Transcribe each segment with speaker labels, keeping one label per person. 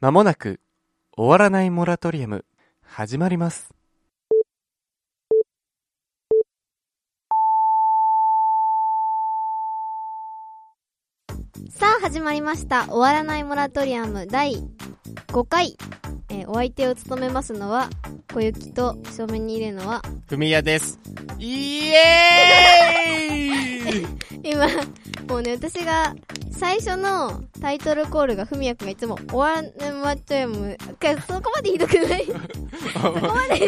Speaker 1: まもなく終わらないモラトリアム始まります。
Speaker 2: さあ始まりました「終わらないモラトリアム」第5回、えーお相手を務めますのは小雪と正面にいるのは
Speaker 1: ふみやです。イエーイ
Speaker 2: 今もうね私が最初のタイトルコールがふみやくんがいつも「終わらないモラトリアム」かそこまでひどくない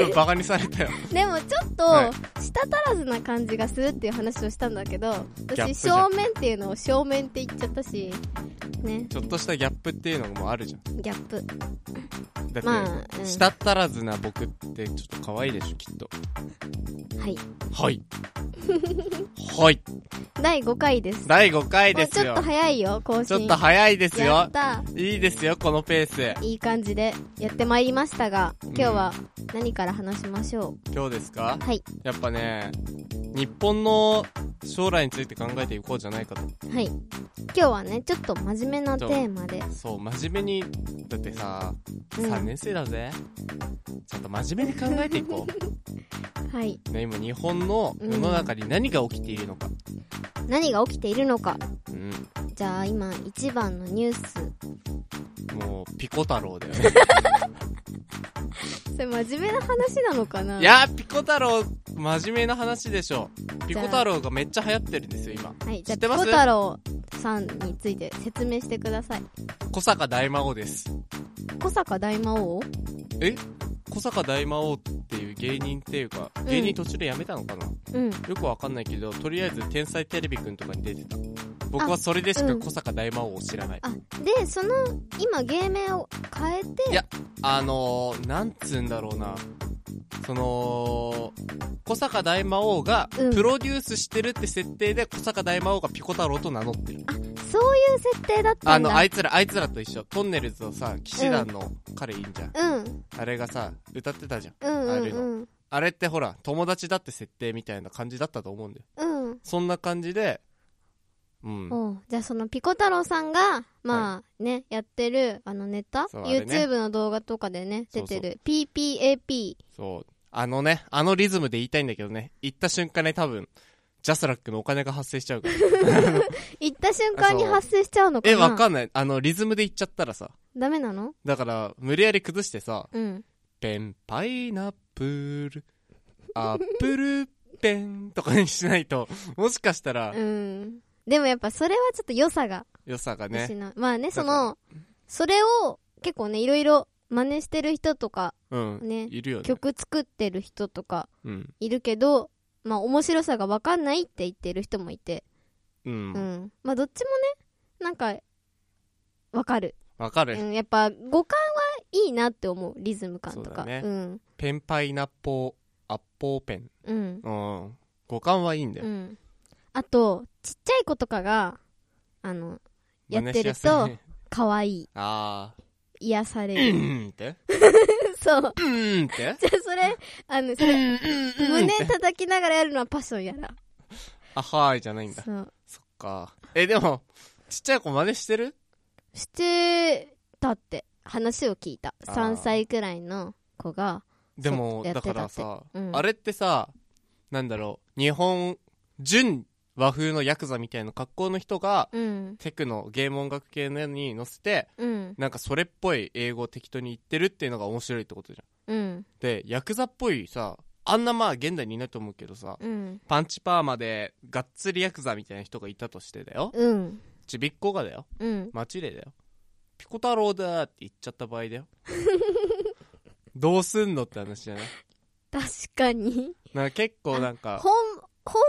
Speaker 1: バカにされたよ。
Speaker 2: でもちょっ
Speaker 1: は
Speaker 2: と舌足らずな感じがするっていう話をしたんだけど
Speaker 1: ギャップ
Speaker 2: 私
Speaker 1: じゃん
Speaker 2: 正面っていうのを正面って言っちゃったしね
Speaker 1: ちょっとしたギャップっていうのもあるじゃん。
Speaker 2: ギャップ
Speaker 1: だって、
Speaker 2: まあ、うん
Speaker 1: 舌足らずな僕ってちょっと可愛いでしょ、きっと。
Speaker 2: はい
Speaker 1: はい。はい。
Speaker 2: 第5回です
Speaker 1: 第5回
Speaker 2: もう
Speaker 1: で
Speaker 2: ち
Speaker 1: す
Speaker 2: ょっと
Speaker 1: よ。
Speaker 2: 早いよ更新
Speaker 1: ちょっと早いです
Speaker 2: や
Speaker 1: よ
Speaker 2: っ。た
Speaker 1: いいですよ、このペース。
Speaker 2: いい感じでやってまいりましたが
Speaker 1: うん
Speaker 2: 今日は何から話しましょ
Speaker 1: 今日ですか
Speaker 2: うはい
Speaker 1: やっぱね、日本の将来について考えていこうじゃないかと。
Speaker 2: はい今日はねちょっと真面目なテーマで
Speaker 1: そう、真面目に、だってさ、
Speaker 2: うん
Speaker 1: 3年生だぜ。ちょっと真面目に考えていこ
Speaker 2: はい、
Speaker 1: う。ね、今日本の世の中に何が起きているのか。
Speaker 2: 何が起きているのか
Speaker 1: うん。
Speaker 2: じゃあ今一番のニュース
Speaker 1: もう、ピコ太郎だ よね。
Speaker 2: それ真面目な話なのかない
Speaker 1: やー、ピコ太郎、真面目な話でしょ。ピコ太郎がめっちゃ流行ってるんですよ、今。
Speaker 2: はいじ
Speaker 1: 知
Speaker 2: ゃあ
Speaker 1: っ
Speaker 2: ピ
Speaker 1: てま
Speaker 2: コ
Speaker 1: す
Speaker 2: 太郎さんについて説明してください
Speaker 1: 小坂大魔王です。
Speaker 2: 小坂大魔王
Speaker 1: え小坂大魔王っていう芸人っていうか、芸人途中で辞めたのかな、
Speaker 2: うん
Speaker 1: よくわかんないけど、とりあえず天才テレビくんとかに出てた。僕はそれでしか小坂大魔王を知らない。
Speaker 2: あでその今芸名を変えて
Speaker 1: いやあのー、なんつうんだろうな。その、小坂大魔王が
Speaker 2: うん
Speaker 1: プロデュースしてるって設定で小坂大魔王がピコ太郎と名乗ってる。
Speaker 2: そういう設定だった
Speaker 1: あ
Speaker 2: ん
Speaker 1: の、
Speaker 2: だ
Speaker 1: あいつら、あいつらと一緒。トンネルズのさ、騎士団の彼いいんじゃん。
Speaker 2: うん
Speaker 1: あれがさ、歌ってたじゃん。
Speaker 2: うんう
Speaker 1: あ
Speaker 2: ん
Speaker 1: る
Speaker 2: うん
Speaker 1: あれってほら、友達だって設定みたいな感じだったと思うんだよ。
Speaker 2: うん
Speaker 1: そんな感じで、うん。
Speaker 2: おうじゃあそのピコ太郎さんがまあね、やってるあのネタ、
Speaker 1: そうあれね
Speaker 2: YouTube の動画とかでね
Speaker 1: そ
Speaker 2: 出
Speaker 1: うそう
Speaker 2: てる PPAP
Speaker 1: そう。あのね、あのリズムで言いたいんだけどね、言った瞬間ね、多分、ジャスラックのお金が発生しちゃ うから。
Speaker 2: 行った瞬間に
Speaker 1: あそう
Speaker 2: 発生しちゃうのか
Speaker 1: え、
Speaker 2: な
Speaker 1: わかんない。あの、リズムで言っちゃったらさ。
Speaker 2: ダメなの
Speaker 1: だから、無理やり崩してさ、
Speaker 2: うん
Speaker 1: ペン、パイナップル、アップル、ペンとかにしないと、もしかしたら
Speaker 2: う、んでもやっぱそれはちょっと良さが
Speaker 1: 良さが
Speaker 2: 失
Speaker 1: ね
Speaker 2: う、。まあねそ
Speaker 1: だ
Speaker 2: のそれを結構ねいろいろ真似してる人とか
Speaker 1: うん。
Speaker 2: ね
Speaker 1: いるよね。
Speaker 2: 曲作ってる人とか
Speaker 1: うん。
Speaker 2: いるけどまあ面白さがわかんないって言ってる人もいて
Speaker 1: う。
Speaker 2: うんんまあどっちもねなんかわかる
Speaker 1: わかる。
Speaker 2: うん、やっぱ五感はいいなって思うリズム感
Speaker 1: そ
Speaker 2: と
Speaker 1: うだ
Speaker 2: か
Speaker 1: ね
Speaker 2: ん
Speaker 1: ペン、パイナッポー、アッポーペン。
Speaker 2: うん
Speaker 1: うん。五感はいいんだ
Speaker 2: う
Speaker 1: よ。
Speaker 2: んあとちっちゃい子とかがあのやっ
Speaker 1: 真似
Speaker 2: てる
Speaker 1: しやすい
Speaker 2: と
Speaker 1: ね。
Speaker 2: 可愛い
Speaker 1: あ
Speaker 2: 癒され
Speaker 1: ー。う
Speaker 2: る
Speaker 1: んって。
Speaker 2: そう
Speaker 1: うんって。
Speaker 2: じゃあそれあのそれ胸叩きながらやるのはパッションやな
Speaker 1: あはーいじゃないんだ。
Speaker 2: そう
Speaker 1: そっか。え、でも、ちっちゃい子真似してる
Speaker 2: してたって話を聞いた
Speaker 1: あー
Speaker 2: 3歳くらいの子が
Speaker 1: でも、
Speaker 2: そうや
Speaker 1: だ
Speaker 2: ってた
Speaker 1: か
Speaker 2: って
Speaker 1: らさ、
Speaker 2: うん
Speaker 1: あれってさ、なんだろう、日本、純和風のヤクザみたいな格好の人が、
Speaker 2: うん
Speaker 1: テクのゲーム音楽系のやつに載せて、
Speaker 2: うん
Speaker 1: なんかそれっぽい英語を適当に言ってるっていうのが面白いってことじゃん。
Speaker 2: うん
Speaker 1: で、ヤクザっぽいさ、あんなまあ現代にいないと思うけどさ、
Speaker 2: うん
Speaker 1: パンチパーマで、がっつりヤクザみたいな人がいたとしてだよ。
Speaker 2: うん
Speaker 1: ちびっこがだよ。
Speaker 2: うん
Speaker 1: マチレだよ。ピコ太郎だーって言っちゃった場 合だよ。どうすんのって話じゃない
Speaker 2: 確かに
Speaker 1: なんか結構なんか、
Speaker 2: 本本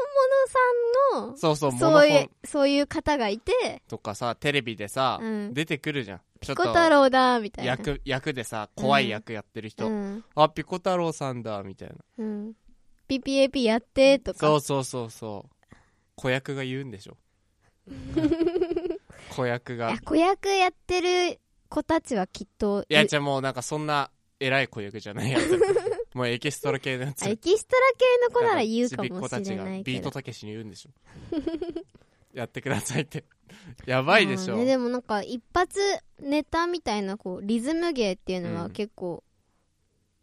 Speaker 2: 物さんの
Speaker 1: そうそう、モノ
Speaker 2: そう
Speaker 1: ホ
Speaker 2: い
Speaker 1: ン
Speaker 2: う、そういう方がいて、
Speaker 1: とかさ、テレビでさ、
Speaker 2: うん
Speaker 1: 出てくるじゃん。ちょ
Speaker 2: ピ
Speaker 1: っと
Speaker 2: コ太郎だ、みたいな。
Speaker 1: 役、役でさ、怖い役やってる人。
Speaker 2: うん。
Speaker 1: あ、ピコ太郎さんだ、みたいな。
Speaker 2: うん。PPAP やって、とか。
Speaker 1: そうそうそうそう。子役が言うん でしょ。子役
Speaker 2: い
Speaker 1: が。い
Speaker 2: や子役やってる子たちはきっと、
Speaker 1: や、
Speaker 2: い
Speaker 1: じゃあもうなんかそんな偉い子役じゃないや つ。もうエキストラ系のやつ
Speaker 2: あ。エキストラ系の子なら言うかもしれない
Speaker 1: ちびっこたちが
Speaker 2: け
Speaker 1: ビート
Speaker 2: ど。
Speaker 1: たけしに言うんでしょやってくださいってやばいでしょ
Speaker 2: うんね、でもなんか一発ネタみたいなこうリズム芸っていうの
Speaker 1: う
Speaker 2: は
Speaker 1: ん
Speaker 2: 結構、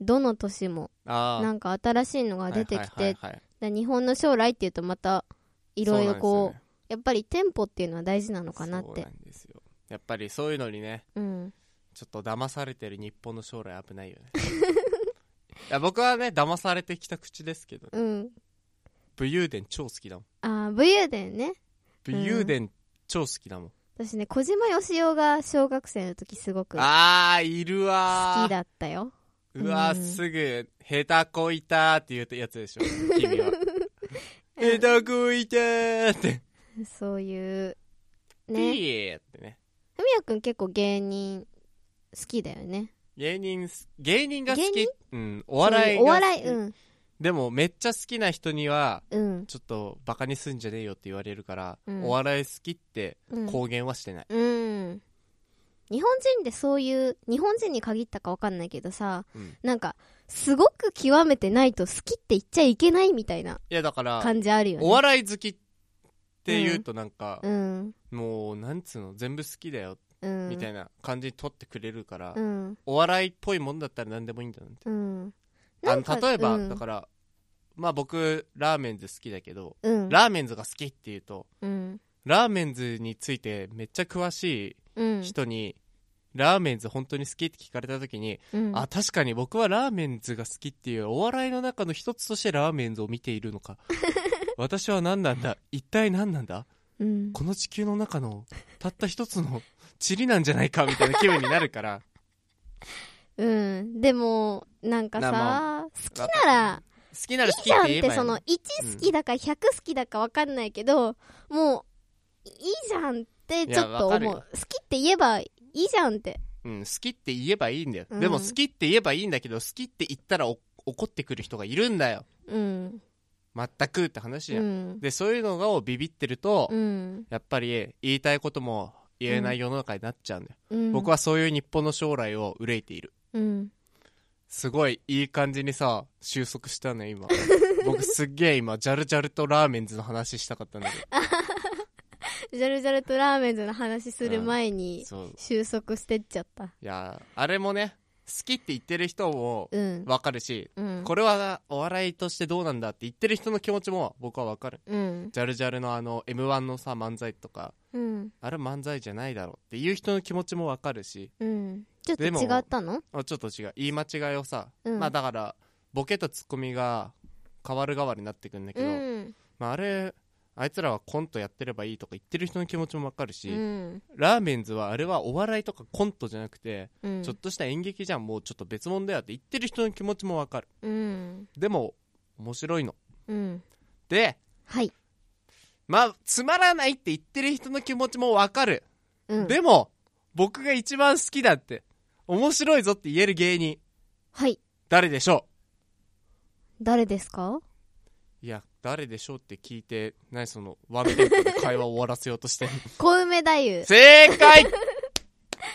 Speaker 2: どの年も
Speaker 1: あ
Speaker 2: なんか新しいのが
Speaker 1: あ
Speaker 2: 出てきて、
Speaker 1: はいはいはいはい
Speaker 2: だ日本の将来っていうとまたいろいろこう
Speaker 1: そうなんですよね
Speaker 2: やっぱりテンポっていうのは大事なのかなっ
Speaker 1: そう
Speaker 2: て
Speaker 1: なんですよやっぱりそういうのにね
Speaker 2: うん
Speaker 1: ちょっと騙されてる日本の将来危ない よねいや僕はね騙されてきた口ですけど
Speaker 2: うん
Speaker 1: 武勇伝超好きだもん
Speaker 2: ああ武勇伝ね
Speaker 1: 武勇伝超好きだもん、
Speaker 2: 私ね小島よしおが小学生の時すごく好
Speaker 1: あーいるわー
Speaker 2: きだったよ
Speaker 1: うわー、
Speaker 2: うん
Speaker 1: すぐ「下手こいた」って言うやつでしょ君 は下手こいたーって
Speaker 2: そういう
Speaker 1: 「ピ
Speaker 2: ね
Speaker 1: ー」ってね
Speaker 2: ふみやくん結構芸人好きだよね
Speaker 1: 芸人す芸人が好
Speaker 2: 芸
Speaker 1: きうんお笑いが好き
Speaker 2: お笑いうん
Speaker 1: でもめっちゃ好きな人には
Speaker 2: うん
Speaker 1: ちょっとバカにすんじゃねえよって言われるから、
Speaker 2: うん
Speaker 1: お笑い好きって
Speaker 2: うん
Speaker 1: 公言はしてない、
Speaker 2: うん日本人でそういう日本人に限ったかわかんないけどさ、
Speaker 1: うん
Speaker 2: なんかすごく極めてないと好きって言っちゃいけないみたいない
Speaker 1: やだから、
Speaker 2: 感じあるよね
Speaker 1: お笑い好きって言うとなんか、
Speaker 2: うん
Speaker 1: もうなんつうの全部好きだよ
Speaker 2: うん
Speaker 1: みた
Speaker 2: い
Speaker 1: いな感じに取ってくれるから、
Speaker 2: うん
Speaker 1: お笑いっぽいもんだったら何でもいいんだなんて
Speaker 2: うん
Speaker 1: あの例えば、
Speaker 2: うん
Speaker 1: だからまあ僕ラーメンズ好きだけど、
Speaker 2: うん
Speaker 1: ラーメンズが好きっていうと
Speaker 2: うん
Speaker 1: ラーメンズについてめっちゃ詳し
Speaker 2: うん
Speaker 1: い人に、ラーメンズ本当に好きって聞かれた時に、
Speaker 2: うん
Speaker 1: あ確かに僕はラーメンズが好きっていうお笑いの中の一つとしてラーメンズを見ているの か私は何なんだ一体何なんだ
Speaker 2: うん
Speaker 1: この地球の中のたった一つの塵なんじゃないかみたいな気分になる から
Speaker 2: うんでもなんかさ、
Speaker 1: ま
Speaker 2: 好きなら
Speaker 1: 好きなら好き
Speaker 2: じゃん
Speaker 1: っ
Speaker 2: って
Speaker 1: 言え
Speaker 2: て
Speaker 1: ばいい
Speaker 2: その1好きだか100好きだかわかんないけど、もういいじゃんってちょ
Speaker 1: い
Speaker 2: っと
Speaker 1: やわかる
Speaker 2: 思う
Speaker 1: よ
Speaker 2: 好きって言えばいいじゃんって
Speaker 1: うん、好きって言えばいいんだよ、
Speaker 2: うん
Speaker 1: でも好きって言えばいいんだけど好きって言ったらお怒ってくる人がいるんだよ
Speaker 2: うん
Speaker 1: 全くって話じ
Speaker 2: う
Speaker 1: ゃん、
Speaker 2: ん
Speaker 1: でそういうのがをビビってると、
Speaker 2: うん
Speaker 1: やっぱり言いたいことも言えない世の中になっちゃうんだよ、
Speaker 2: うん
Speaker 1: 僕はそういう日本の将来を憂いている
Speaker 2: うん
Speaker 1: すごいいい感じにさ収束したね 今僕すっげえ今ジャルジャルとラーメンズの話したかったんだけ
Speaker 2: ジャルジャルとラーメンズの話する前
Speaker 1: ど
Speaker 2: に
Speaker 1: そう
Speaker 2: 収束してっちゃった
Speaker 1: いやーあれもね好きって言ってる人も
Speaker 2: うん
Speaker 1: わかるし、
Speaker 2: うん
Speaker 1: これはお笑いとしてどうなんだって言ってる人の気持ちも僕はわかる
Speaker 2: うん
Speaker 1: ジャルジャルのあの m 1のさ漫才とか
Speaker 2: うん
Speaker 1: あれ漫才じゃないだろうっていう人の気持ちもわかるし
Speaker 2: うんちょっと
Speaker 1: でも
Speaker 2: 違ったの
Speaker 1: あちょっと違う言い間違いをさ、
Speaker 2: うん
Speaker 1: まあだからボケとツッコミが変わる変わるになってくんだけ
Speaker 2: う
Speaker 1: ど、
Speaker 2: ん
Speaker 1: まあ、あれあいつらはコントやってればいいとか言ってる人の気持ちもわかるし、
Speaker 2: うん
Speaker 1: ラーメンズはあれはお笑いとかコントじゃなくて、
Speaker 2: うん
Speaker 1: ちょっとした演劇じゃんもうちょっと別物だよって言ってる人の気持ちもわかる
Speaker 2: うん
Speaker 1: でも面白いの
Speaker 2: うん
Speaker 1: で
Speaker 2: はい
Speaker 1: まあつまらないって言ってる人の気持ちもわかる
Speaker 2: うん
Speaker 1: でも、僕が一番好きだって、面白いぞって言える芸人、
Speaker 2: はい
Speaker 1: 誰でしょ
Speaker 2: 誰ですか
Speaker 1: ういや、誰でしょうって聞いて、何その、ワンテンポで会話を終わらせようとしてる。
Speaker 2: 小梅太夫
Speaker 1: 正解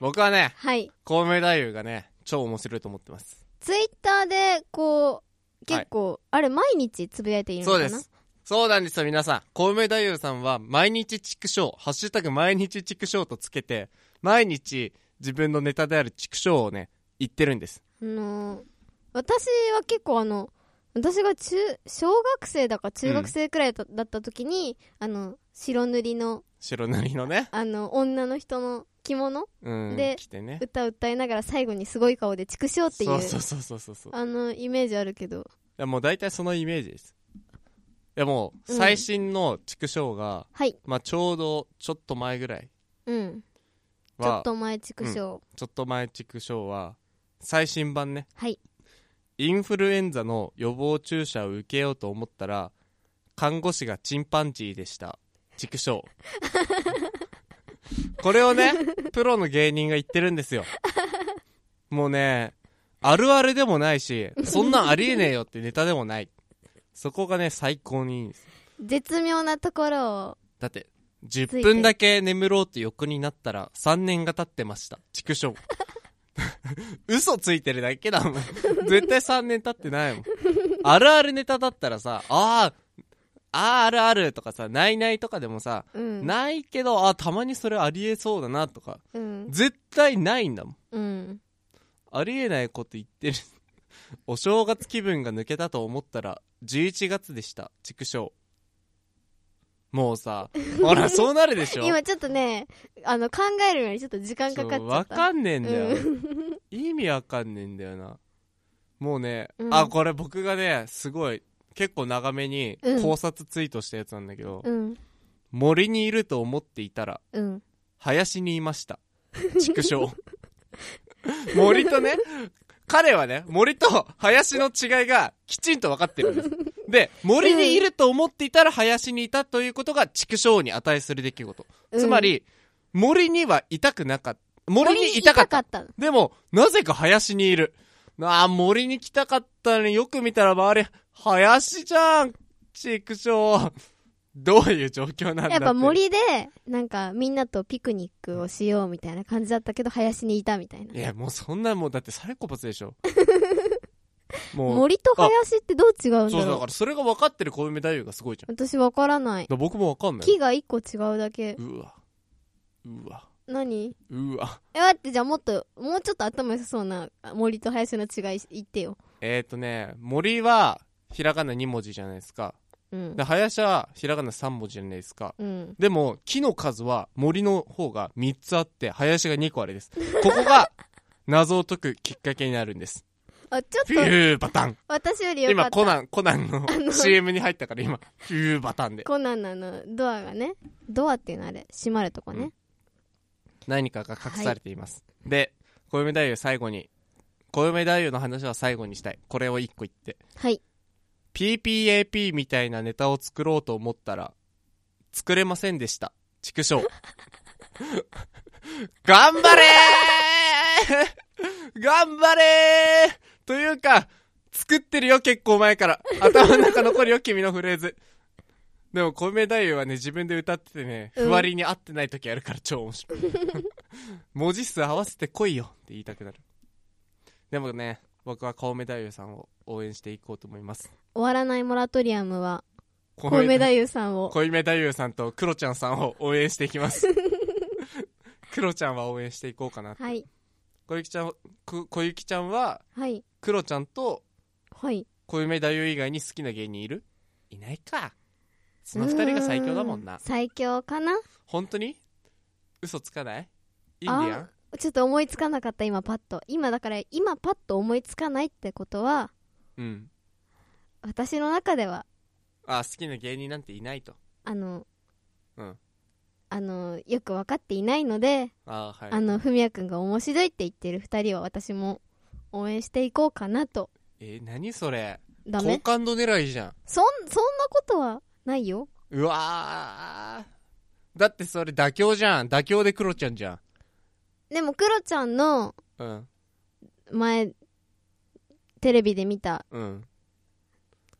Speaker 1: 僕はね、
Speaker 2: はい
Speaker 1: 小梅太夫がね、超面白いと思ってます。
Speaker 2: ツイッターでこう結構、あれ毎日つぶやいているの
Speaker 1: そう
Speaker 2: かな
Speaker 1: です。そうなんですよ、皆さん。小梅太夫さんは、毎日畜生、ハッシュタグ毎日畜生とつけて、毎日自分のネタである畜生をね、言ってるんです。
Speaker 2: あのー私は結構あの私が中小学生だか中学生くらいだだった時に、あの白塗りの
Speaker 1: 白塗りのね。
Speaker 2: あの女の人の着物
Speaker 1: うん。
Speaker 2: で
Speaker 1: 来てね。
Speaker 2: 歌を歌いながら最後にすごい顔で「畜生」っていう
Speaker 1: そうそうそうそうそうい
Speaker 2: あのイメージあるけど
Speaker 1: やもう大体そのイメージですいやもう
Speaker 2: うん
Speaker 1: 最新の畜生が、
Speaker 2: はい
Speaker 1: まあ、ちょうどちょっと前ぐらい
Speaker 2: うんちょっ
Speaker 1: はちょ
Speaker 2: と前畜生、
Speaker 1: っと前畜生は最新版ね
Speaker 2: はい
Speaker 1: インフルエンザの予防注射を受けようと思ったら看護師がチンパンジーでした畜生これをねプロの芸人が言ってるんですよもうねあるあるでもないしそんなんありえねえよってネタでもないそこがね最高にいいんです
Speaker 2: 絶妙なところを
Speaker 1: だって10分だけ眠ろうと横になったら3年が経ってました畜生 嘘ついてるだけだもん絶対3年経ってないもんあるあるネタだったらさあああーあるあるとかさ、ないないとかでもさ、
Speaker 2: うん
Speaker 1: ないけど、あ、たまにそれありえそうだなとか、
Speaker 2: うん
Speaker 1: 絶対ないんだもん。
Speaker 2: うん
Speaker 1: ありえないこと言ってる。 お正月気分が抜けたと思ったら、11月でした。畜生。もうさ、ほら、そうなるでしょ
Speaker 2: 今ちょっとねあの考えるのにちょっと時間かかっ
Speaker 1: そ
Speaker 2: ち
Speaker 1: う
Speaker 2: ゃっ
Speaker 1: わ
Speaker 2: た
Speaker 1: かんねえんだよ。
Speaker 2: う
Speaker 1: 意味わかんねえんだよな。もうね、
Speaker 2: うん
Speaker 1: あ、これ僕がね、すごい、結構長めに
Speaker 2: うん
Speaker 1: 考察ツイートしたやつなんだけど、
Speaker 2: うん
Speaker 1: 森にいると思っていたら、
Speaker 2: うん
Speaker 1: 林にいました。畜 生。森とね、彼はね、森と林の違いがきちんと分かってるんです。で、森にいると思っていたら林にいたということが畜生に値する出来事。
Speaker 2: うん
Speaker 1: つまり、森にはいたくなかった。森にいたかった。
Speaker 2: 森にい
Speaker 1: でも、なぜか林にいる。ああ、森に来たかったのによく見たら周り、林じゃん畜生。どういう状況なんだ
Speaker 2: た
Speaker 1: って
Speaker 2: やっぱ森でなんかみんなとピクニックをしようみたいな感じだったけど林にいたみたいない
Speaker 1: や、もうそんな、もうだってサイコパスでし ょ。もう、
Speaker 2: 森と林ってどう違うんだ
Speaker 1: そうそうだ
Speaker 2: ろ
Speaker 1: か
Speaker 2: う
Speaker 1: らそれが分かってる小梅太夫がすごいじゃん。だか
Speaker 2: 私わからない
Speaker 1: ら僕も分かんない。
Speaker 2: 木が一個違うだけ
Speaker 1: うわ。うわ。
Speaker 2: 何
Speaker 1: うわ。
Speaker 2: え待ってじゃあもっともうちょっと頭良さそうな森と林の違い言ってよ
Speaker 1: えっ、ー、とね、森は、ひらがな2文字じゃないですか。
Speaker 2: うん
Speaker 1: で、林は、ひらがな3文字じゃないですか。
Speaker 2: うん
Speaker 1: でも、木の数は森の方が3つあって、林が2個あれです。ここ が、謎を解くきっかけになるんです。
Speaker 2: あちょっ
Speaker 1: フ
Speaker 2: と
Speaker 1: ューバタン
Speaker 2: 私よりよか
Speaker 1: 今、
Speaker 2: った
Speaker 1: コナン、コナンの
Speaker 2: の
Speaker 1: CM に入ったから今、フューバタンで。
Speaker 2: コナンのあのドアがねドアっていうのあれ閉まるとこね、
Speaker 1: 何かが隠されています、で小嫁太夫最後に小嫁太夫の話は最後にしたいこれを一個言って
Speaker 2: はい
Speaker 1: PPAP みたいなネタを作ろうと思ったら作れませんでした畜生 頑張れー 頑張れーというか作ってるよ結構前から頭の中残るよ君のフレーズでも小梅太夫はね自分で歌っててね
Speaker 2: うん
Speaker 1: ふわりに合ってない時あるから超面白い 文字数合わせてこいよって言いたくなるでもね僕は小梅太夫さんを応援していこうと思います
Speaker 2: 終わらないモラトリアムは
Speaker 1: 小
Speaker 2: 小梅太夫さんを
Speaker 1: 小梅太夫さんとクロちゃんさんを応援していきます クロちゃんは応援していこうかな
Speaker 2: はい
Speaker 1: 小雪ちゃんこ小雪ちゃんは
Speaker 2: はい
Speaker 1: クロちゃんと
Speaker 2: はい
Speaker 1: 小梅太夫以外に好きな芸人いるいないかその二人が最強だもん
Speaker 2: う
Speaker 1: な
Speaker 2: 最強かな
Speaker 1: 本当に嘘つかないインディアン
Speaker 2: ちょっと思いつかなかった今パッと今だから今パッと思いつかないってことは
Speaker 1: うん
Speaker 2: 私の中では
Speaker 1: あ好きな芸人なんていないと
Speaker 2: あの
Speaker 1: うん
Speaker 2: あのよく分かっていないので、
Speaker 1: あはい
Speaker 2: あのふみやくんが面白いって言ってる二人は私も応援していこうかなと
Speaker 1: えー何それ
Speaker 2: ダ
Speaker 1: 好
Speaker 2: メ
Speaker 1: 感度狙いじゃん
Speaker 2: そんそんなことはないよ
Speaker 1: うわーだってそれ妥協じゃん妥協でクロちゃんじゃん
Speaker 2: でもクロちゃんの
Speaker 1: うん
Speaker 2: 前テレビで見た
Speaker 1: うん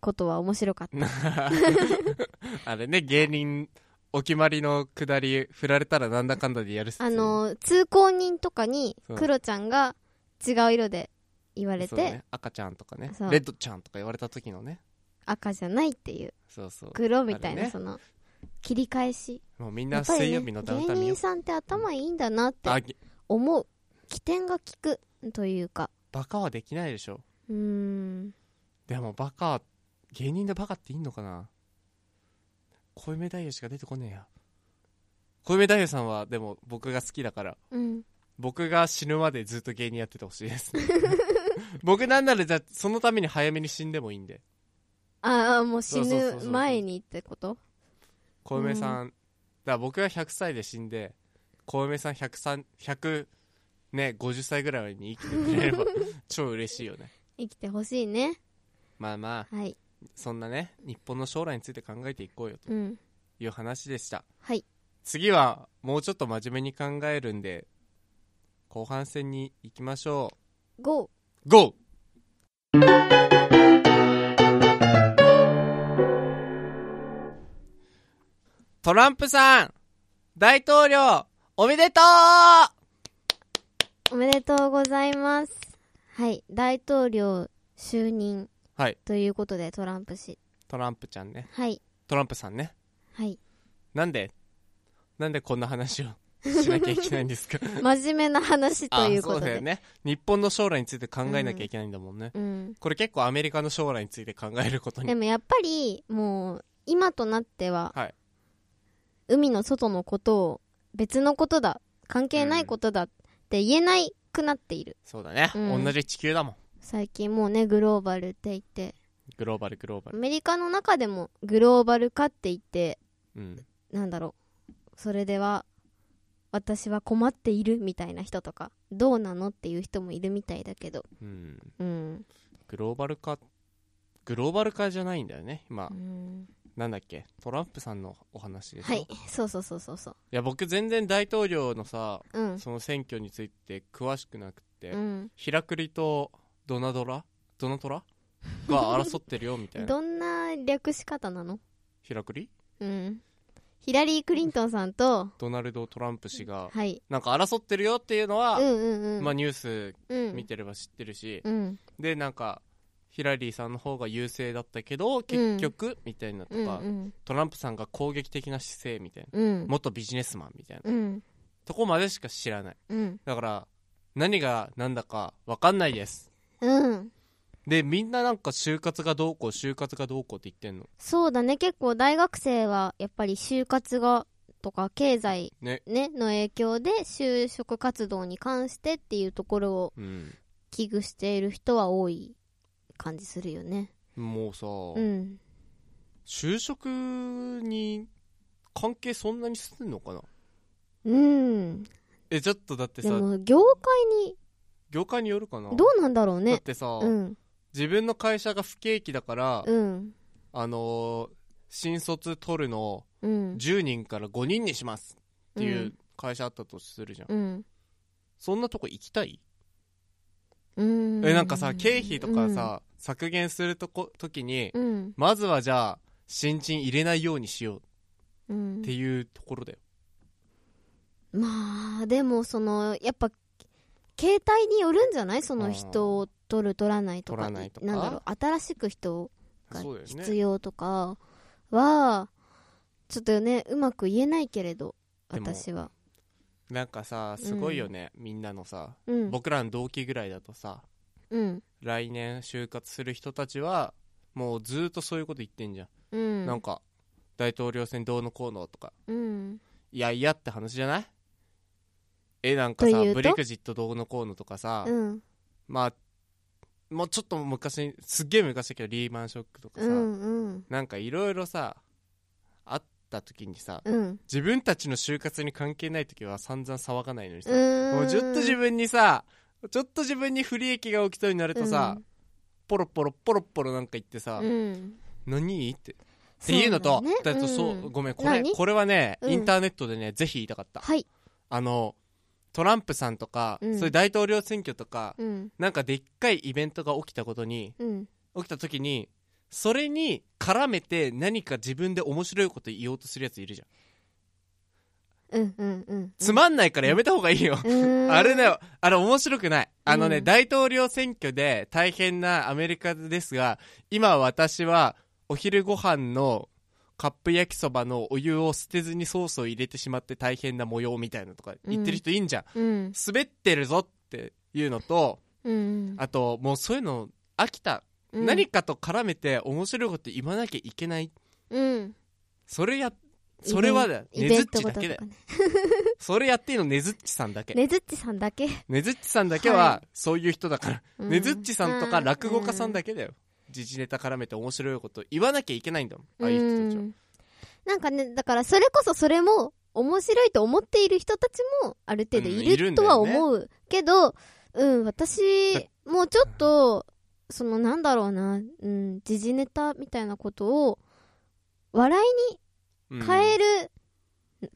Speaker 2: ことは面白 かった
Speaker 1: あれね芸人お決まりのくだり振られたらなんだかんだでやる説
Speaker 2: あの通行人とかに
Speaker 1: そう
Speaker 2: クロちゃんが違う色で言われて、
Speaker 1: そうね、赤ちゃんとかね
Speaker 2: そう
Speaker 1: レッドちゃんとか言われた時のね
Speaker 2: 赤じゃないっていう
Speaker 1: そうそう
Speaker 2: 黒みたいな、
Speaker 1: あれね
Speaker 2: その切り返し
Speaker 1: もうみん
Speaker 2: や
Speaker 1: な
Speaker 2: っぱり、
Speaker 1: 水
Speaker 2: ね、
Speaker 1: 曜日
Speaker 2: 芸
Speaker 1: のダウンタウン見よ
Speaker 2: 人
Speaker 1: う
Speaker 2: さんって頭いいんだなって
Speaker 1: あげ
Speaker 2: 思う起点が利くというか
Speaker 1: バカはできないでしょ
Speaker 2: うーん
Speaker 1: でもバカ芸人でバカっていいのかな小梅太夫しか出てこねえや小梅太夫さんはでも僕が好きだから
Speaker 2: うん
Speaker 1: 僕が死ぬまでずっと芸人やっててほしいです 僕なんならじゃあそのために早めに死んでもいいんで
Speaker 2: ああもう死
Speaker 1: そうそうそ
Speaker 2: ぬ
Speaker 1: うそう
Speaker 2: 前にってこと
Speaker 1: 小梅さん、だから僕が100歳で死んで小梅さん103 100ね50歳ぐらいまでに生きてくれれば超嬉しいよね
Speaker 2: 生きてほしいね
Speaker 1: まあまあ
Speaker 2: はい
Speaker 1: そんなね日本の将来について考えていこうよと
Speaker 2: うん
Speaker 1: いう話でした
Speaker 2: はい
Speaker 1: 次はもうちょっと真面目に考えるんで後半戦に行きましょ
Speaker 2: GO
Speaker 1: う GO! トランプさん大統領おめでとう
Speaker 2: おめでとうございますはい大統領就任
Speaker 1: はい
Speaker 2: ということでトランプ氏
Speaker 1: トランプちゃんね
Speaker 2: はい
Speaker 1: トランプさんね
Speaker 2: はい。
Speaker 1: なんでなんでこんな 話をしなきゃいけないんですか
Speaker 2: 真面目な話 と
Speaker 1: あ
Speaker 2: いうこ
Speaker 1: そう
Speaker 2: と
Speaker 1: だ
Speaker 2: で。
Speaker 1: よね日本の将来について考えなきゃいけないんだもんね、
Speaker 2: うん。
Speaker 1: これ結構アメリカの将来について考えること
Speaker 2: で
Speaker 1: に
Speaker 2: もやっぱり、もう、今となっては、
Speaker 1: はい
Speaker 2: 海の外のことを別のことだ、関係ないことだって言えないくなっている。
Speaker 1: そうだね、
Speaker 2: うん
Speaker 1: 同じ地球だもん
Speaker 2: 最近もうね、グローバルって言って、
Speaker 1: グローバルグローバ
Speaker 2: ア
Speaker 1: ル
Speaker 2: メリカの中でもグローバル化って言って、
Speaker 1: うん
Speaker 2: なんだろう。それでは、私は困っているみたいな人とか、どうなのっていう人もいるみたいだけど、
Speaker 1: うん
Speaker 2: うん。
Speaker 1: グローバル化グローバル化じゃないんだよね今、
Speaker 2: うん
Speaker 1: なんだっけトランプさんのお話でしょ、
Speaker 2: はいい、そうそうそうそうそう。
Speaker 1: や僕全然大統領のさ
Speaker 2: うん。
Speaker 1: その選挙について詳しくなくて、
Speaker 2: うん。
Speaker 1: ヒラクリとドナドラドナト ラが争ってるよみたいな
Speaker 2: どんな略し方なの
Speaker 1: ヒラクリ
Speaker 2: うん。ヒラリー・クリントンさんと、
Speaker 1: ドナルド・トランプ氏が
Speaker 2: はい。
Speaker 1: なんか争ってるよっていうの
Speaker 2: う
Speaker 1: は、
Speaker 2: んうんうん。
Speaker 1: まあ、ニュース
Speaker 2: うん、
Speaker 1: 見てれば知ってるし、
Speaker 2: うん。
Speaker 1: でなんかヒラリーさんの方が優勢だったけど結局、みたいなと
Speaker 2: うんう
Speaker 1: か、
Speaker 2: ん。
Speaker 1: トランプさんが攻撃的な姿勢みたいな、
Speaker 2: うん。
Speaker 1: 元ビジネスマンみたいな
Speaker 2: うん。
Speaker 1: とこまでしか知らない
Speaker 2: うん。
Speaker 1: だから何が何だか分かんないです
Speaker 2: うん。
Speaker 1: でみんななんか就活がどうこう就活がどうこうって言ってんの
Speaker 2: そうだね。結構大学生は、やっぱり就活が、とか、経済、
Speaker 1: ね
Speaker 2: ね、の影響で、就職活動に関してっていうところを
Speaker 1: うん
Speaker 2: 危惧している人は多い感じするよね。
Speaker 1: もうさ、
Speaker 2: うん。
Speaker 1: 就職に関係そんなにすんのかな
Speaker 2: うん。
Speaker 1: えちょっとだって
Speaker 2: で
Speaker 1: さ
Speaker 2: も、業界に、
Speaker 1: 業界によるかな
Speaker 2: どうなんだろう
Speaker 1: だっ
Speaker 2: ね。
Speaker 1: てさ、
Speaker 2: うん。
Speaker 1: 自分の会社が不景気だから、
Speaker 2: うん。
Speaker 1: あのー新卒取るの
Speaker 2: うん。
Speaker 1: 10人から5人にしますっていうう会社あったとするじゃん、
Speaker 2: うん。
Speaker 1: そんなとこ行きたい、
Speaker 2: うん。
Speaker 1: えなんかさ経費とかさ、削減するとこ時に、
Speaker 2: うん、
Speaker 1: まずはじゃあ新人入れないようにしよ
Speaker 2: うん。
Speaker 1: うっていうところだよ、
Speaker 2: まあ、でも、その、やっぱ、携帯によるんじゃないその人を取る、取らないとか。
Speaker 1: 取らないとか
Speaker 2: んだろう、新しく人が
Speaker 1: そうだよね
Speaker 2: 必要とかは、ちょっとね、うまく言えないけれど、
Speaker 1: でも
Speaker 2: 私は。
Speaker 1: なんかさすごいよね、みんなのさ、
Speaker 2: うん。
Speaker 1: 僕らの同期ぐらいだとさ
Speaker 2: うん。
Speaker 1: 来年就活する人たちはもうずっとそういうこと言ってんじゃん、
Speaker 2: うん。
Speaker 1: なんか大統領選どうのこうのとか
Speaker 2: うん。
Speaker 1: いやいやって話じゃないえなんか
Speaker 2: と
Speaker 1: さ
Speaker 2: いうと
Speaker 1: ブレクジットどうのこうのとかさ、
Speaker 2: うん。
Speaker 1: まあもうちょっと昔すっげえ昔だけどリーマンショックとか
Speaker 2: う
Speaker 1: さ、
Speaker 2: ん。うん。
Speaker 1: なんかいろいろさあった時にさ
Speaker 2: うん。
Speaker 1: 自分たちの就活に関係ない時は散々騒がないのにさ、
Speaker 2: うん。
Speaker 1: もうちょっと自分にさちょっと自分に不利益が起きそうになるとさ、
Speaker 2: うん
Speaker 1: ポロポロポロポロなんか言ってさ、
Speaker 2: うん。
Speaker 1: 何ってっ
Speaker 2: そ
Speaker 1: て
Speaker 2: だね
Speaker 1: いうのとだとそう、
Speaker 2: うん
Speaker 1: ごめんこれ
Speaker 2: 何
Speaker 1: これはね、
Speaker 2: うん
Speaker 1: インターネットでねぜひ言いたかった
Speaker 2: はい。
Speaker 1: あのトランプさんとか、
Speaker 2: うん
Speaker 1: そういう大統領選挙とか、
Speaker 2: うん。
Speaker 1: なんかでっかいイベントが起きたことに
Speaker 2: うん。
Speaker 1: 起きた時にそれに絡めて何か自分で面白いこと言おうとするやついるじゃん、
Speaker 2: うん。うん。うん。
Speaker 1: つまんないからやめた方がいいよ、
Speaker 2: うん
Speaker 1: あれだよあれ面白くないあのね、
Speaker 2: うん
Speaker 1: 大統領選挙で大変なアメリカですが今私はお昼ご飯のカップ焼きそばのお湯を捨てずにソースを入れてしまって大変な模様みたいなとか言ってる人いいんじゃん、
Speaker 2: うん。
Speaker 1: 滑ってるぞっていうのと
Speaker 2: うん。
Speaker 1: あともうそういうの飽きた、
Speaker 2: うん
Speaker 1: 何かと絡めて面白いこと言わなきゃいけない
Speaker 2: うん。
Speaker 1: それやそれはだよ
Speaker 2: イ
Speaker 1: ね
Speaker 2: ベ
Speaker 1: ずっ
Speaker 2: ント
Speaker 1: ち
Speaker 2: ご
Speaker 1: だ
Speaker 2: と
Speaker 1: けだ
Speaker 2: と
Speaker 1: よ
Speaker 2: かね。
Speaker 1: それやっていいのねずっちさんだけ
Speaker 2: ねずっちさんだけ。
Speaker 1: ねずっちさんだけ
Speaker 2: は
Speaker 1: はそういう人だから、
Speaker 2: うん
Speaker 1: ねずっちさんとか落語家さんだけだよ、時事ネタ絡めて面白いこと言わなきゃいけないんだもんああいう人たち
Speaker 2: う
Speaker 1: は
Speaker 2: んなんかね、だからそれこそそれも面白いと思っている人たちもある程度
Speaker 1: うん
Speaker 2: い
Speaker 1: いる
Speaker 2: る
Speaker 1: んだ
Speaker 2: と
Speaker 1: よ
Speaker 2: は
Speaker 1: ね
Speaker 2: 思うけど、うん、私、もうちょっと、そのなんだろうな、うん、時事ネタみたいなことを、笑
Speaker 1: うん
Speaker 2: いに変える、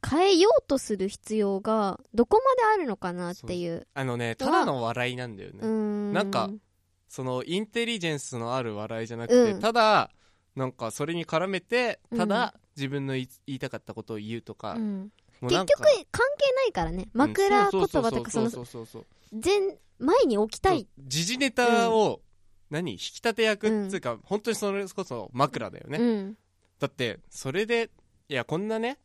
Speaker 2: 変えようとする必要が、どこまであるのかなっていう。
Speaker 1: あのねただの笑いなんだよね、
Speaker 2: うん。
Speaker 1: なんか、そのインテリジェンスのある笑いじゃなくて、
Speaker 2: うん
Speaker 1: ただなんかそれに絡めてただ自分の言い言いたかったことを言うとか、
Speaker 2: うん、
Speaker 1: もうな
Speaker 2: 結
Speaker 1: ん
Speaker 2: 局
Speaker 1: か
Speaker 2: 関係ないからね枕言葉とかその
Speaker 1: そうそうそうそうそうそう
Speaker 2: 前前に置きたい
Speaker 1: 時事ネタを、何引き立て役っつうか、本当にそれこそ枕だよね、
Speaker 2: うん
Speaker 1: だってそれでいやこんなね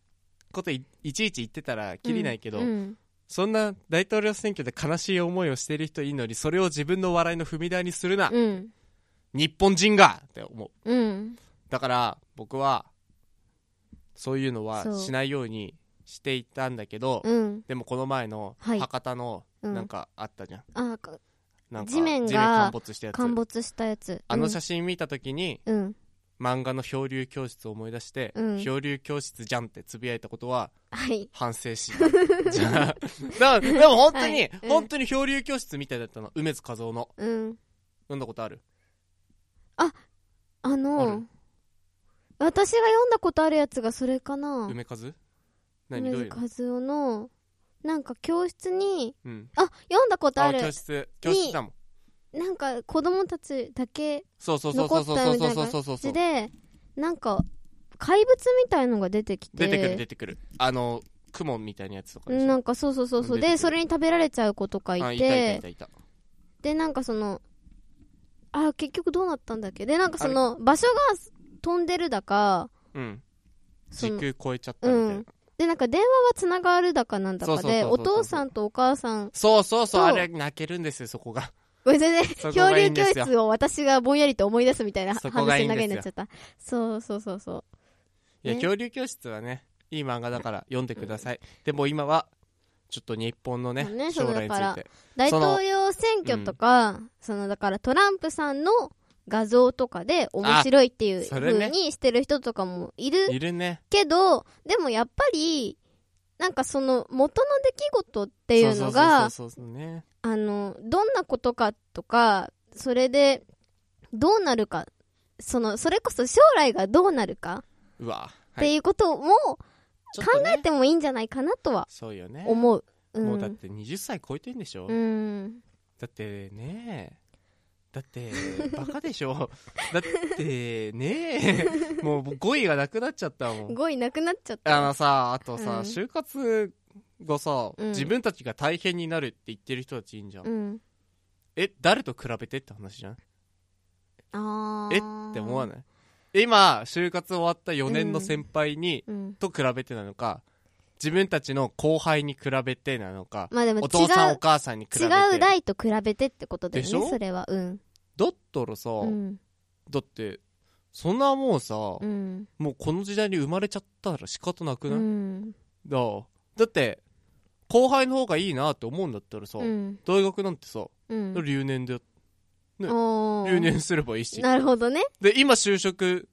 Speaker 1: こといいちいち言ってたらきりないけど、
Speaker 2: うん
Speaker 1: そんな大統領選挙で悲しい思いをしてる人いいのにそれを自分の笑いの踏み台にするな、
Speaker 2: うん
Speaker 1: 日本人がって思う
Speaker 2: うん
Speaker 1: だから僕はそういうのは
Speaker 2: そう
Speaker 1: しないようにしていたんだけど、
Speaker 2: うん
Speaker 1: でもこの前の
Speaker 2: はい
Speaker 1: 博多の
Speaker 2: うん
Speaker 1: なんかあったじゃん,、
Speaker 2: あか
Speaker 1: なんか
Speaker 2: 地面が
Speaker 1: 陥没したやつ
Speaker 2: 陥没したやつ
Speaker 1: あの写真見た時に
Speaker 2: 真うん
Speaker 1: 漫画の漂流教室を思い出して、
Speaker 2: うん
Speaker 1: 漂流教室じゃんってつぶやいたことは
Speaker 2: はい
Speaker 1: 反省しじゃあだでも本当に、
Speaker 2: はいうん
Speaker 1: 本当に漂流教室みたいだったの梅津和夫の
Speaker 2: うん
Speaker 1: 読んだことある
Speaker 2: あ
Speaker 1: あ
Speaker 2: の
Speaker 1: る
Speaker 2: 私が読んだことあるやつがそれかな
Speaker 1: 梅和何
Speaker 2: 梅
Speaker 1: どうい
Speaker 2: 津
Speaker 1: うの
Speaker 2: 和夫のなんか教室に
Speaker 1: うん
Speaker 2: あ読んだことあ
Speaker 1: あ
Speaker 2: る
Speaker 1: 教室教室だもん
Speaker 2: なんか子供たちだけ
Speaker 1: そうそうそうそ
Speaker 2: 残
Speaker 1: う
Speaker 2: った
Speaker 1: そう
Speaker 2: みたい
Speaker 1: そう
Speaker 2: な
Speaker 1: そうそう
Speaker 2: 感
Speaker 1: そう
Speaker 2: じでなんか怪物みたいのが出てきて
Speaker 1: 出てくる出てくるあの雲みたいなやつとかでしょ
Speaker 2: なんかそうそうそうそう
Speaker 1: 出てく
Speaker 2: で
Speaker 1: る
Speaker 2: それに食べられちゃう子とかい
Speaker 1: あ
Speaker 2: て
Speaker 1: いたいたいたいた
Speaker 2: でなんかそのあ結局どうなったんだっけでなんかその場所が飛んでるだか
Speaker 1: うん
Speaker 2: そ
Speaker 1: 時
Speaker 2: の
Speaker 1: 空超えちゃったみたいな、
Speaker 2: うんでなんか電話はつながるだかなんだか
Speaker 1: そうそう
Speaker 2: で
Speaker 1: そうそう
Speaker 2: お父さんとお母さん
Speaker 1: そうそうそう
Speaker 2: そう
Speaker 1: あれ泣けるんですよそこが
Speaker 2: ごめんなさい
Speaker 1: そこ
Speaker 2: 漂
Speaker 1: がいい
Speaker 2: 流
Speaker 1: ん
Speaker 2: 教
Speaker 1: ですよ
Speaker 2: 室を私がぼんやりと思い出すみたいな
Speaker 1: そこがい
Speaker 2: 話
Speaker 1: いんで
Speaker 2: の
Speaker 1: す
Speaker 2: 流
Speaker 1: よ
Speaker 2: れになっちゃったそうそうそうそう
Speaker 1: いや、
Speaker 2: ね
Speaker 1: 恐竜教室はね、いい漫画だから読んでください。でも今は、ちょっと日本のね、
Speaker 2: そうね
Speaker 1: 将来につ
Speaker 2: そうだ
Speaker 1: い
Speaker 2: か
Speaker 1: て。
Speaker 2: 大統領選挙とかその、だからトランプさんの画像とかで面白いっていう
Speaker 1: それね
Speaker 2: 風にしてる人とかもいる
Speaker 1: いるね。
Speaker 2: けど、でもやっぱりなんかその元の出来事っていうのが
Speaker 1: そうそうそうそうね。
Speaker 2: あのどんなことかとかそれでどうなるかそのそれこそ将来がどうなるか
Speaker 1: うわ。
Speaker 2: っ
Speaker 1: は
Speaker 2: て
Speaker 1: い、
Speaker 2: いうことも
Speaker 1: ちょっ
Speaker 2: 考
Speaker 1: とね
Speaker 2: えてもいいんじゃないかなとは
Speaker 1: そうよね。
Speaker 2: 思う。う
Speaker 1: もうだっ
Speaker 2: ん
Speaker 1: て20歳超えてんでしょ、
Speaker 2: うん
Speaker 1: だってねだってバカでし ょだってねもう語彙がなくなっちゃったもん
Speaker 2: 語彙なくなっちゃった
Speaker 1: あのさあとさ、
Speaker 2: うん
Speaker 1: 就活がさ、
Speaker 2: うん
Speaker 1: 自分たちが大変になるって言ってる人たちいいんじゃん、
Speaker 2: うん
Speaker 1: え誰と比べてって話じゃん
Speaker 2: あー
Speaker 1: えって思わない今就活終わった4年の先輩に、
Speaker 2: うん、
Speaker 1: と比べてなのか自分たちの後輩に比べてなのか
Speaker 2: まあでも違
Speaker 1: お父さんお
Speaker 2: う
Speaker 1: 母さんに比べて
Speaker 2: 違う代と比べてってことだよ
Speaker 1: でしょ
Speaker 2: ねそれはうん
Speaker 1: だったらさ、
Speaker 2: うん
Speaker 1: だってそんなもうさ、
Speaker 2: うん
Speaker 1: もうこの時代に生まれちゃったら仕方なく
Speaker 2: う
Speaker 1: ない、
Speaker 2: ん
Speaker 1: だだって後輩の方がいいなって思うんだったらさ、
Speaker 2: うん
Speaker 1: 大学なんてさ
Speaker 2: うん
Speaker 1: 留年でね
Speaker 2: おー
Speaker 1: 留年すればいいし
Speaker 2: なるほどね
Speaker 1: で今就職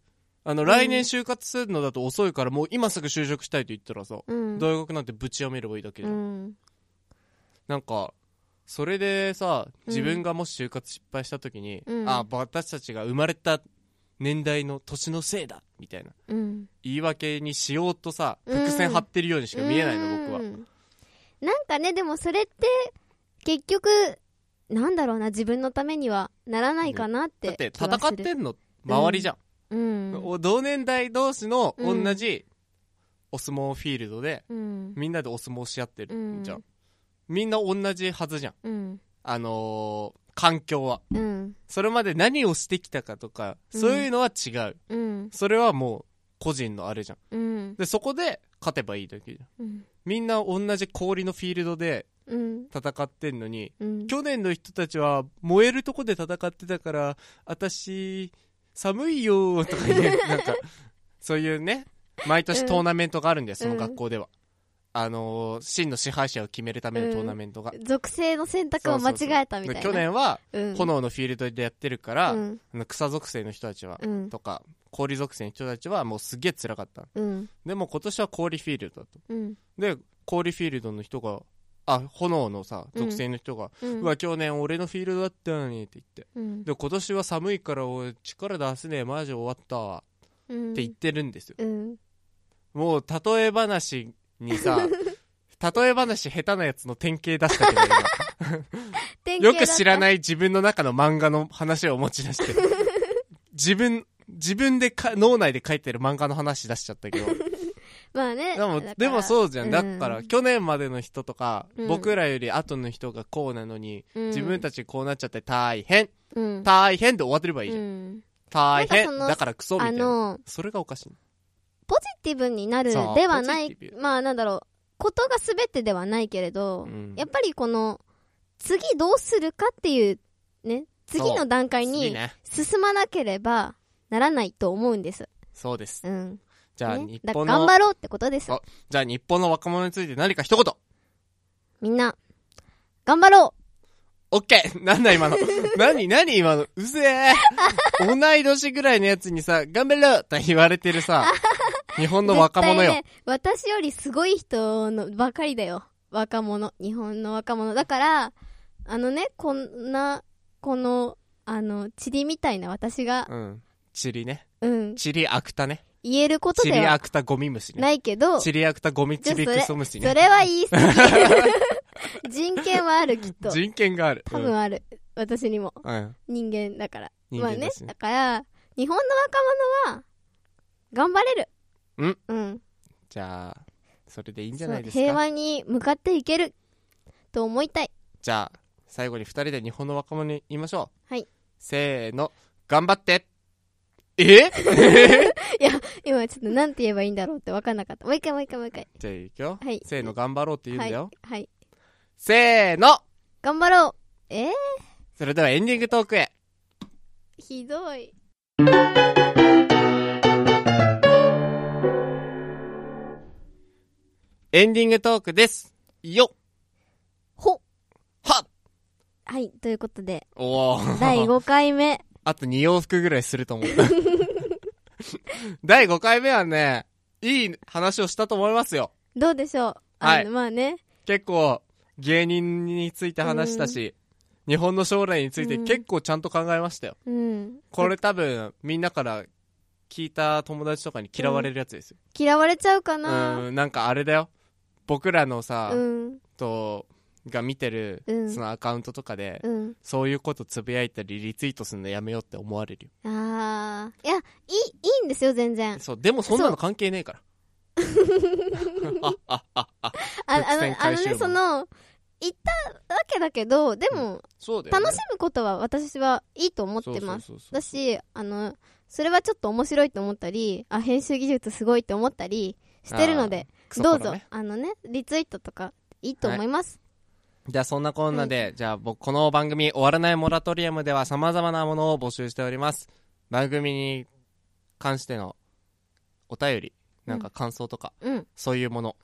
Speaker 1: あの
Speaker 2: ん
Speaker 1: 来年就活するのだと遅いからもう今すぐ就職したいと言ったらさ、
Speaker 2: うん
Speaker 1: 大学なんてぶちやめればいいだけじ
Speaker 2: う
Speaker 1: ゃん、
Speaker 2: ん
Speaker 1: なんかそれでさ
Speaker 2: うん
Speaker 1: 自分がもし就活失敗した時に、
Speaker 2: うん
Speaker 1: あ私たちが生まれた年代の年のせいだみたいな
Speaker 2: うん
Speaker 1: 言い訳にしようとさ
Speaker 2: うん
Speaker 1: 伏線張ってるようにしか見えないの、僕
Speaker 2: う
Speaker 1: は
Speaker 2: んなんかねでもそれって結局なんだろうな自分のためにはならないかな
Speaker 1: だ
Speaker 2: っ
Speaker 1: ってて
Speaker 2: 気
Speaker 1: 戦
Speaker 2: はす
Speaker 1: っ
Speaker 2: る
Speaker 1: てんの周りじゃん、
Speaker 2: うん
Speaker 1: お同年代同士の
Speaker 2: うん
Speaker 1: 同じお相撲フィールドで
Speaker 2: うん
Speaker 1: みんなでお相撲し合ってるじゃん、
Speaker 2: うん
Speaker 1: みんな同じはずじゃん
Speaker 2: うん
Speaker 1: あのー環境は
Speaker 2: うん
Speaker 1: それまで何をしてきたかとか
Speaker 2: うん
Speaker 1: そういうのは違う、
Speaker 2: うん
Speaker 1: それはもう個人のあれじゃん
Speaker 2: うん
Speaker 1: でそこで勝てばいいだけじゃん
Speaker 2: うん
Speaker 1: みんな同じ氷のフィールドで
Speaker 2: うん
Speaker 1: 戦ってんのに
Speaker 2: うん
Speaker 1: 去年の人たちは燃えるとこで戦ってたから私寒いよーとかねなんかそういうね毎年トーナメントがあるんだよその学校では、あのー真の支配者を決めるためのトーナメントが、
Speaker 2: 属性の選択を間違えたみた
Speaker 1: で
Speaker 2: いな
Speaker 1: 去年は
Speaker 2: うん
Speaker 1: 炎のフィールドでやってるから、
Speaker 2: うん
Speaker 1: あの草属性の人たちは、
Speaker 2: うん
Speaker 1: とか氷属性の人たちはもうすげえ辛かった
Speaker 2: うん
Speaker 1: でも今年は氷フィールドだと
Speaker 2: うん
Speaker 1: で氷フィールドの人があ炎のさ属性の人が、
Speaker 2: う
Speaker 1: うんわ去年俺のフィールドだったのにって言って
Speaker 2: うん
Speaker 1: で今年は寒いからおい力出せねえマジ終わったわ
Speaker 2: うん
Speaker 1: って言ってるんですよ、
Speaker 2: うん
Speaker 1: もう例え話に さ例え話下手なやつの典型出したけど今よく知ら
Speaker 2: い
Speaker 1: ない自分の中の漫画の話を持ち出して自分自分でか脳内で書いてる漫画の話出しちゃったけど
Speaker 2: まあ ね
Speaker 1: でもでもそうじゃんだから、
Speaker 2: うん
Speaker 1: 去年までの人とか、
Speaker 2: うん
Speaker 1: 僕らより後の人がこうなのに、
Speaker 2: うん
Speaker 1: 自分たちこうなっちゃって大変
Speaker 2: うん
Speaker 1: 大変で終わってればいいじゃん、
Speaker 2: うん
Speaker 1: 大
Speaker 2: なんかそ
Speaker 1: 変
Speaker 2: の
Speaker 1: だからクソみた
Speaker 2: あ
Speaker 1: いな
Speaker 2: の
Speaker 1: それがおかしい
Speaker 2: ポジティブになる
Speaker 1: そう
Speaker 2: ではな
Speaker 1: ポジ
Speaker 2: い
Speaker 1: ティ、
Speaker 2: まあなんだろう、ことが全てではないけれど、
Speaker 1: うん
Speaker 2: やっぱりこの、次どうするかっていう、ね、次の段階
Speaker 1: 次
Speaker 2: に
Speaker 1: ね
Speaker 2: 進まなければならないと思うんです。
Speaker 1: そうです
Speaker 2: うん。
Speaker 1: じゃあ
Speaker 2: ね
Speaker 1: 日
Speaker 2: だから
Speaker 1: 本
Speaker 2: 頑
Speaker 1: の
Speaker 2: 張ろうってことです
Speaker 1: あ。じゃあ日本の若者について何か一言
Speaker 2: みんな、頑張ろ
Speaker 1: オッケー なんだ今 の何何今のうぜえ同い年ぐらいのやつにさ、頑張ろうって言われてる さ、日
Speaker 2: う
Speaker 1: 本の若者よ。
Speaker 2: 絶対ね、私よりすごい人のばかりだよ。若者。日本の若者。だから、あのね、こんな、この、あの、塵みたいな私が、
Speaker 1: うん。チリね。
Speaker 2: うん、
Speaker 1: チリアクタね。
Speaker 2: 言えること
Speaker 1: チ
Speaker 2: で
Speaker 1: リア
Speaker 2: は
Speaker 1: クタゴミ虫ね。
Speaker 2: ないけど、
Speaker 1: チリアクタゴミチビクソムシ
Speaker 2: そ
Speaker 1: ね。
Speaker 2: れは言い過 ぎ。人権はある、きっと。
Speaker 1: 人権がある。
Speaker 2: 多分ある。私にも。
Speaker 1: うん。うん。
Speaker 2: 人間だから。
Speaker 1: 人
Speaker 2: まあ
Speaker 1: 間
Speaker 2: ね
Speaker 1: だし。ね
Speaker 2: だ。から、日本の若者は、頑張れる。
Speaker 1: うん。
Speaker 2: うん。
Speaker 1: じゃあ、それでいいんじゃ
Speaker 2: そ
Speaker 1: な
Speaker 2: う
Speaker 1: いです
Speaker 2: 平
Speaker 1: か。
Speaker 2: 和に向かっていける。と思いたい。
Speaker 1: じゃあ、最後に二人で日本の若者に言いましょう。
Speaker 2: はい。
Speaker 1: せーの、頑張ってえ
Speaker 2: 今ちょっとなんて言えばいいんだろうって分かんなかった。もう一回もう一回もう一回。
Speaker 1: じゃあ行くよ。
Speaker 2: はい
Speaker 1: せーの、頑張ろうって言うん
Speaker 2: は
Speaker 1: だ
Speaker 2: い。
Speaker 1: よ。
Speaker 2: はい。
Speaker 1: せーの
Speaker 2: 頑張ろう。えー、
Speaker 1: それではエンディングトークへ
Speaker 2: ひどい。
Speaker 1: エンディングトークですよっ
Speaker 2: ほ。
Speaker 1: はっ
Speaker 2: はい。というこ とで、
Speaker 1: おー
Speaker 2: 第5回目。
Speaker 1: あと2洋服ぐらいすると思った 第5回目はねいい話をしたと思いますよ
Speaker 2: どうでしょう
Speaker 1: は
Speaker 2: あ
Speaker 1: い
Speaker 2: の、まあね。
Speaker 1: 結構芸人について話したし日本の将来について
Speaker 2: うん
Speaker 1: 結構ちゃんと考えましたよ
Speaker 2: うん。
Speaker 1: これ多分みんなから聞いた友達とかに嫌われるやつですよ
Speaker 2: 嫌われちゃうか
Speaker 1: う
Speaker 2: な。
Speaker 1: ーんなんかあれだよ僕らのさ、
Speaker 2: うん。
Speaker 1: とが見てる
Speaker 2: うん
Speaker 1: そのアカウントとかで、
Speaker 2: うん。
Speaker 1: そういうことつぶやいたりリツイートするのやめようって思われるよ、
Speaker 2: ああ。いや、いい、いいんですよ、全然。
Speaker 1: そうでもそんなの関係ねえからああああ
Speaker 2: ああ
Speaker 1: 伏線
Speaker 2: の、あ
Speaker 1: 回
Speaker 2: の
Speaker 1: 収
Speaker 2: ね、
Speaker 1: も
Speaker 2: その、行ったわけだけど、でも、
Speaker 1: そうだよ、ね、
Speaker 2: 楽しむことは私はいいと思ってます。
Speaker 1: そうそうそう
Speaker 2: だし、あの、それはちょっと面白いと思ったり、あ、編集技術すごいと思ったりしてるので、
Speaker 1: クソ
Speaker 2: どう
Speaker 1: コラ
Speaker 2: ぞ
Speaker 1: ね、
Speaker 2: あのね、リツイートとか、いいと思います。
Speaker 1: じゃあそんなこんなで、じゃあ僕この番組終わらないモラトリアムでは様々なものを募集しております番組に関してのお便りなんか感想とか、
Speaker 2: うん。
Speaker 1: そういうもの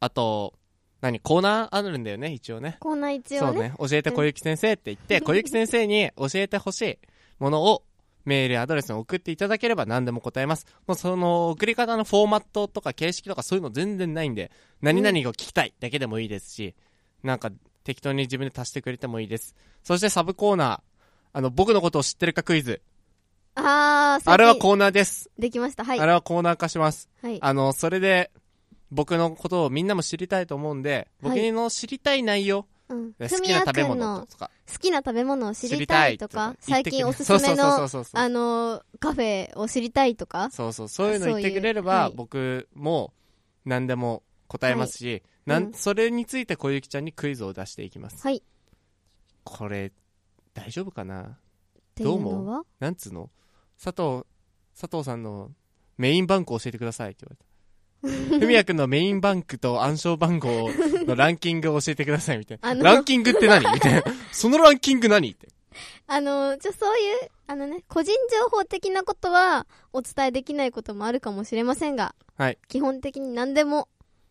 Speaker 1: あと何コーナーあるんだよね一応ね
Speaker 2: コーナー一
Speaker 1: そ
Speaker 2: 応
Speaker 1: う
Speaker 2: ね。
Speaker 1: ね教えて小雪先生って言って、小雪先生に教えてほしいものをメールやアドレスに送っていただければ何でも答えますもうその送り方のフォーマットとか形式とかそういうの全然ないんで何々を聞きたいだけでもいいですし、なんか適当に自分で足してくれてもいいですそしてサブコーナーあの僕のことを知ってるかクイズ
Speaker 2: あー、
Speaker 1: あれは
Speaker 2: 最近
Speaker 1: コーナーです、
Speaker 2: できました。はい
Speaker 1: あ。れはコーナー化します
Speaker 2: はい。
Speaker 1: あのそれで僕のことをみんなも知りたいと思うんで僕
Speaker 2: はい
Speaker 1: の知りたい内容、
Speaker 2: うん。
Speaker 1: 好
Speaker 2: ふみ
Speaker 1: きな
Speaker 2: や
Speaker 1: 食べ
Speaker 2: くん
Speaker 1: 物
Speaker 2: の
Speaker 1: とか
Speaker 2: 好きな食べ物を知りたいとか、
Speaker 1: 知り
Speaker 2: 最
Speaker 1: たいとか
Speaker 2: 近おすすめ
Speaker 1: 言ってくれ
Speaker 2: の
Speaker 1: そうそうそうそう
Speaker 2: あのーカフェを知りたいとか
Speaker 1: そうそうそういうの
Speaker 2: そ
Speaker 1: 言
Speaker 2: う
Speaker 1: っ
Speaker 2: いう
Speaker 1: てくれれば、
Speaker 2: はい
Speaker 1: 僕も何でも答えますし、なん
Speaker 2: うん
Speaker 1: それについて小雪ちゃんにクイズを出していきます
Speaker 2: はい
Speaker 1: これ大丈夫かな
Speaker 2: っていうのは
Speaker 1: なんつうの佐藤佐藤さんのメインバンクを教えてくださいって言 われたふみやくんのメインバンクと暗証番号のランキングを教えてくださいみたいな
Speaker 2: あの
Speaker 1: ランキングって何みたいなそのランキング何って
Speaker 2: あのーちょそういうあのね個人情報的なことはお伝えできないこともあるかもしれませんが、
Speaker 1: はい
Speaker 2: 基本的に何でも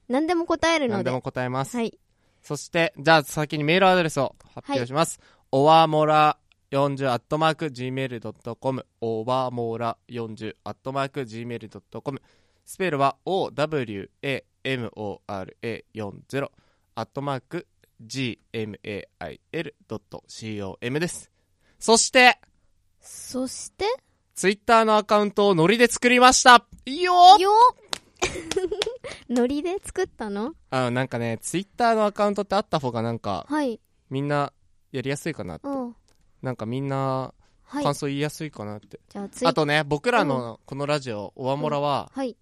Speaker 2: 何でも答えるの
Speaker 1: 何
Speaker 2: で
Speaker 1: でも答えます
Speaker 2: はい
Speaker 1: そして、じゃあ先にメールアドレスを発表します。おわもら40 gmail.com おわもら40 gmail.com スペルは owamora40 gmail.com です。そして、
Speaker 2: そして
Speaker 1: ツイッターのアカウントをノリで作りましたいいよ
Speaker 2: よ ノリで作ったの
Speaker 1: あの、なんかね、ツイッターのアカウントってあった方がなんか、
Speaker 2: はい
Speaker 1: みんなやりやすいかなって
Speaker 2: う。ん
Speaker 1: なんかみんな
Speaker 2: はい
Speaker 1: 感想言いやすいかなって、
Speaker 2: じゃあツイ
Speaker 1: あとね僕らのこのラジオ「おわもら」は
Speaker 2: はい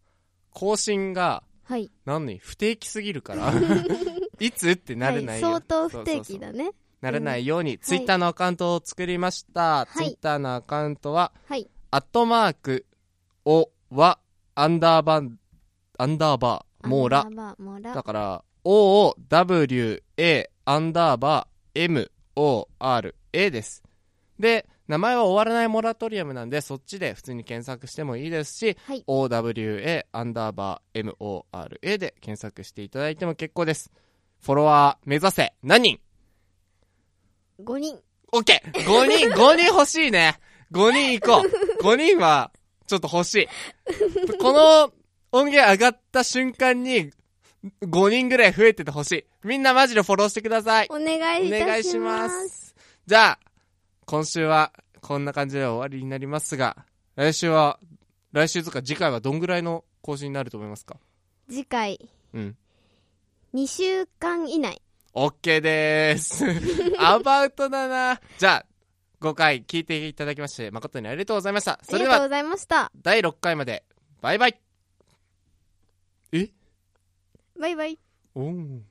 Speaker 1: 更新が
Speaker 2: はい
Speaker 1: 何に不定期すぎるから いつってなれないよ、
Speaker 2: は相当不定期
Speaker 1: そうそうそう
Speaker 2: だね
Speaker 1: なれないように、
Speaker 2: い
Speaker 1: ツイッターのアカウントを作りました、
Speaker 2: い
Speaker 1: ツイッターのアカウントは
Speaker 2: はい
Speaker 1: 「アットマークおわアンダーバー、アンダーバー、モーラ
Speaker 2: あ。まあまあモー
Speaker 1: だ
Speaker 2: ラ。
Speaker 1: から、O, W, A, アンダーバー、M, O, R, A です。で、名前は終わらないモラトリアムなんで、そっちで普通に検索してもいいですし、
Speaker 2: はい
Speaker 1: O, W, A, アンダーバー、M, O, R, A で検索していただいても結構です。フォロワー目指せ何人
Speaker 2: 5人。
Speaker 1: オッケー !5 人、5人欲しいね !5 人行こう !5 人は、ちょっと欲しい。この音源上がった瞬間に、5人ぐらい増えててほしい。みんなマジでフォローしてください。
Speaker 2: お願いい
Speaker 1: お願
Speaker 2: た
Speaker 1: い
Speaker 2: し
Speaker 1: し
Speaker 2: ま。
Speaker 1: ますす。じゃあ、今週はこんな感じで終わりになりますが、来週は、来週とか次回はどんぐらいの更新になると思いますか
Speaker 2: 次回、
Speaker 1: うん。
Speaker 2: 2週間以内。
Speaker 1: オッケーでーす。アバウトだな。じゃあ、5回聞いていただきまして、誠にありがとうございました。
Speaker 2: あ
Speaker 1: そ
Speaker 2: り
Speaker 1: れで
Speaker 2: がとう
Speaker 1: は、
Speaker 2: ございました。
Speaker 1: 第6回まで、バイバイ。え
Speaker 2: バイバイ。
Speaker 1: おー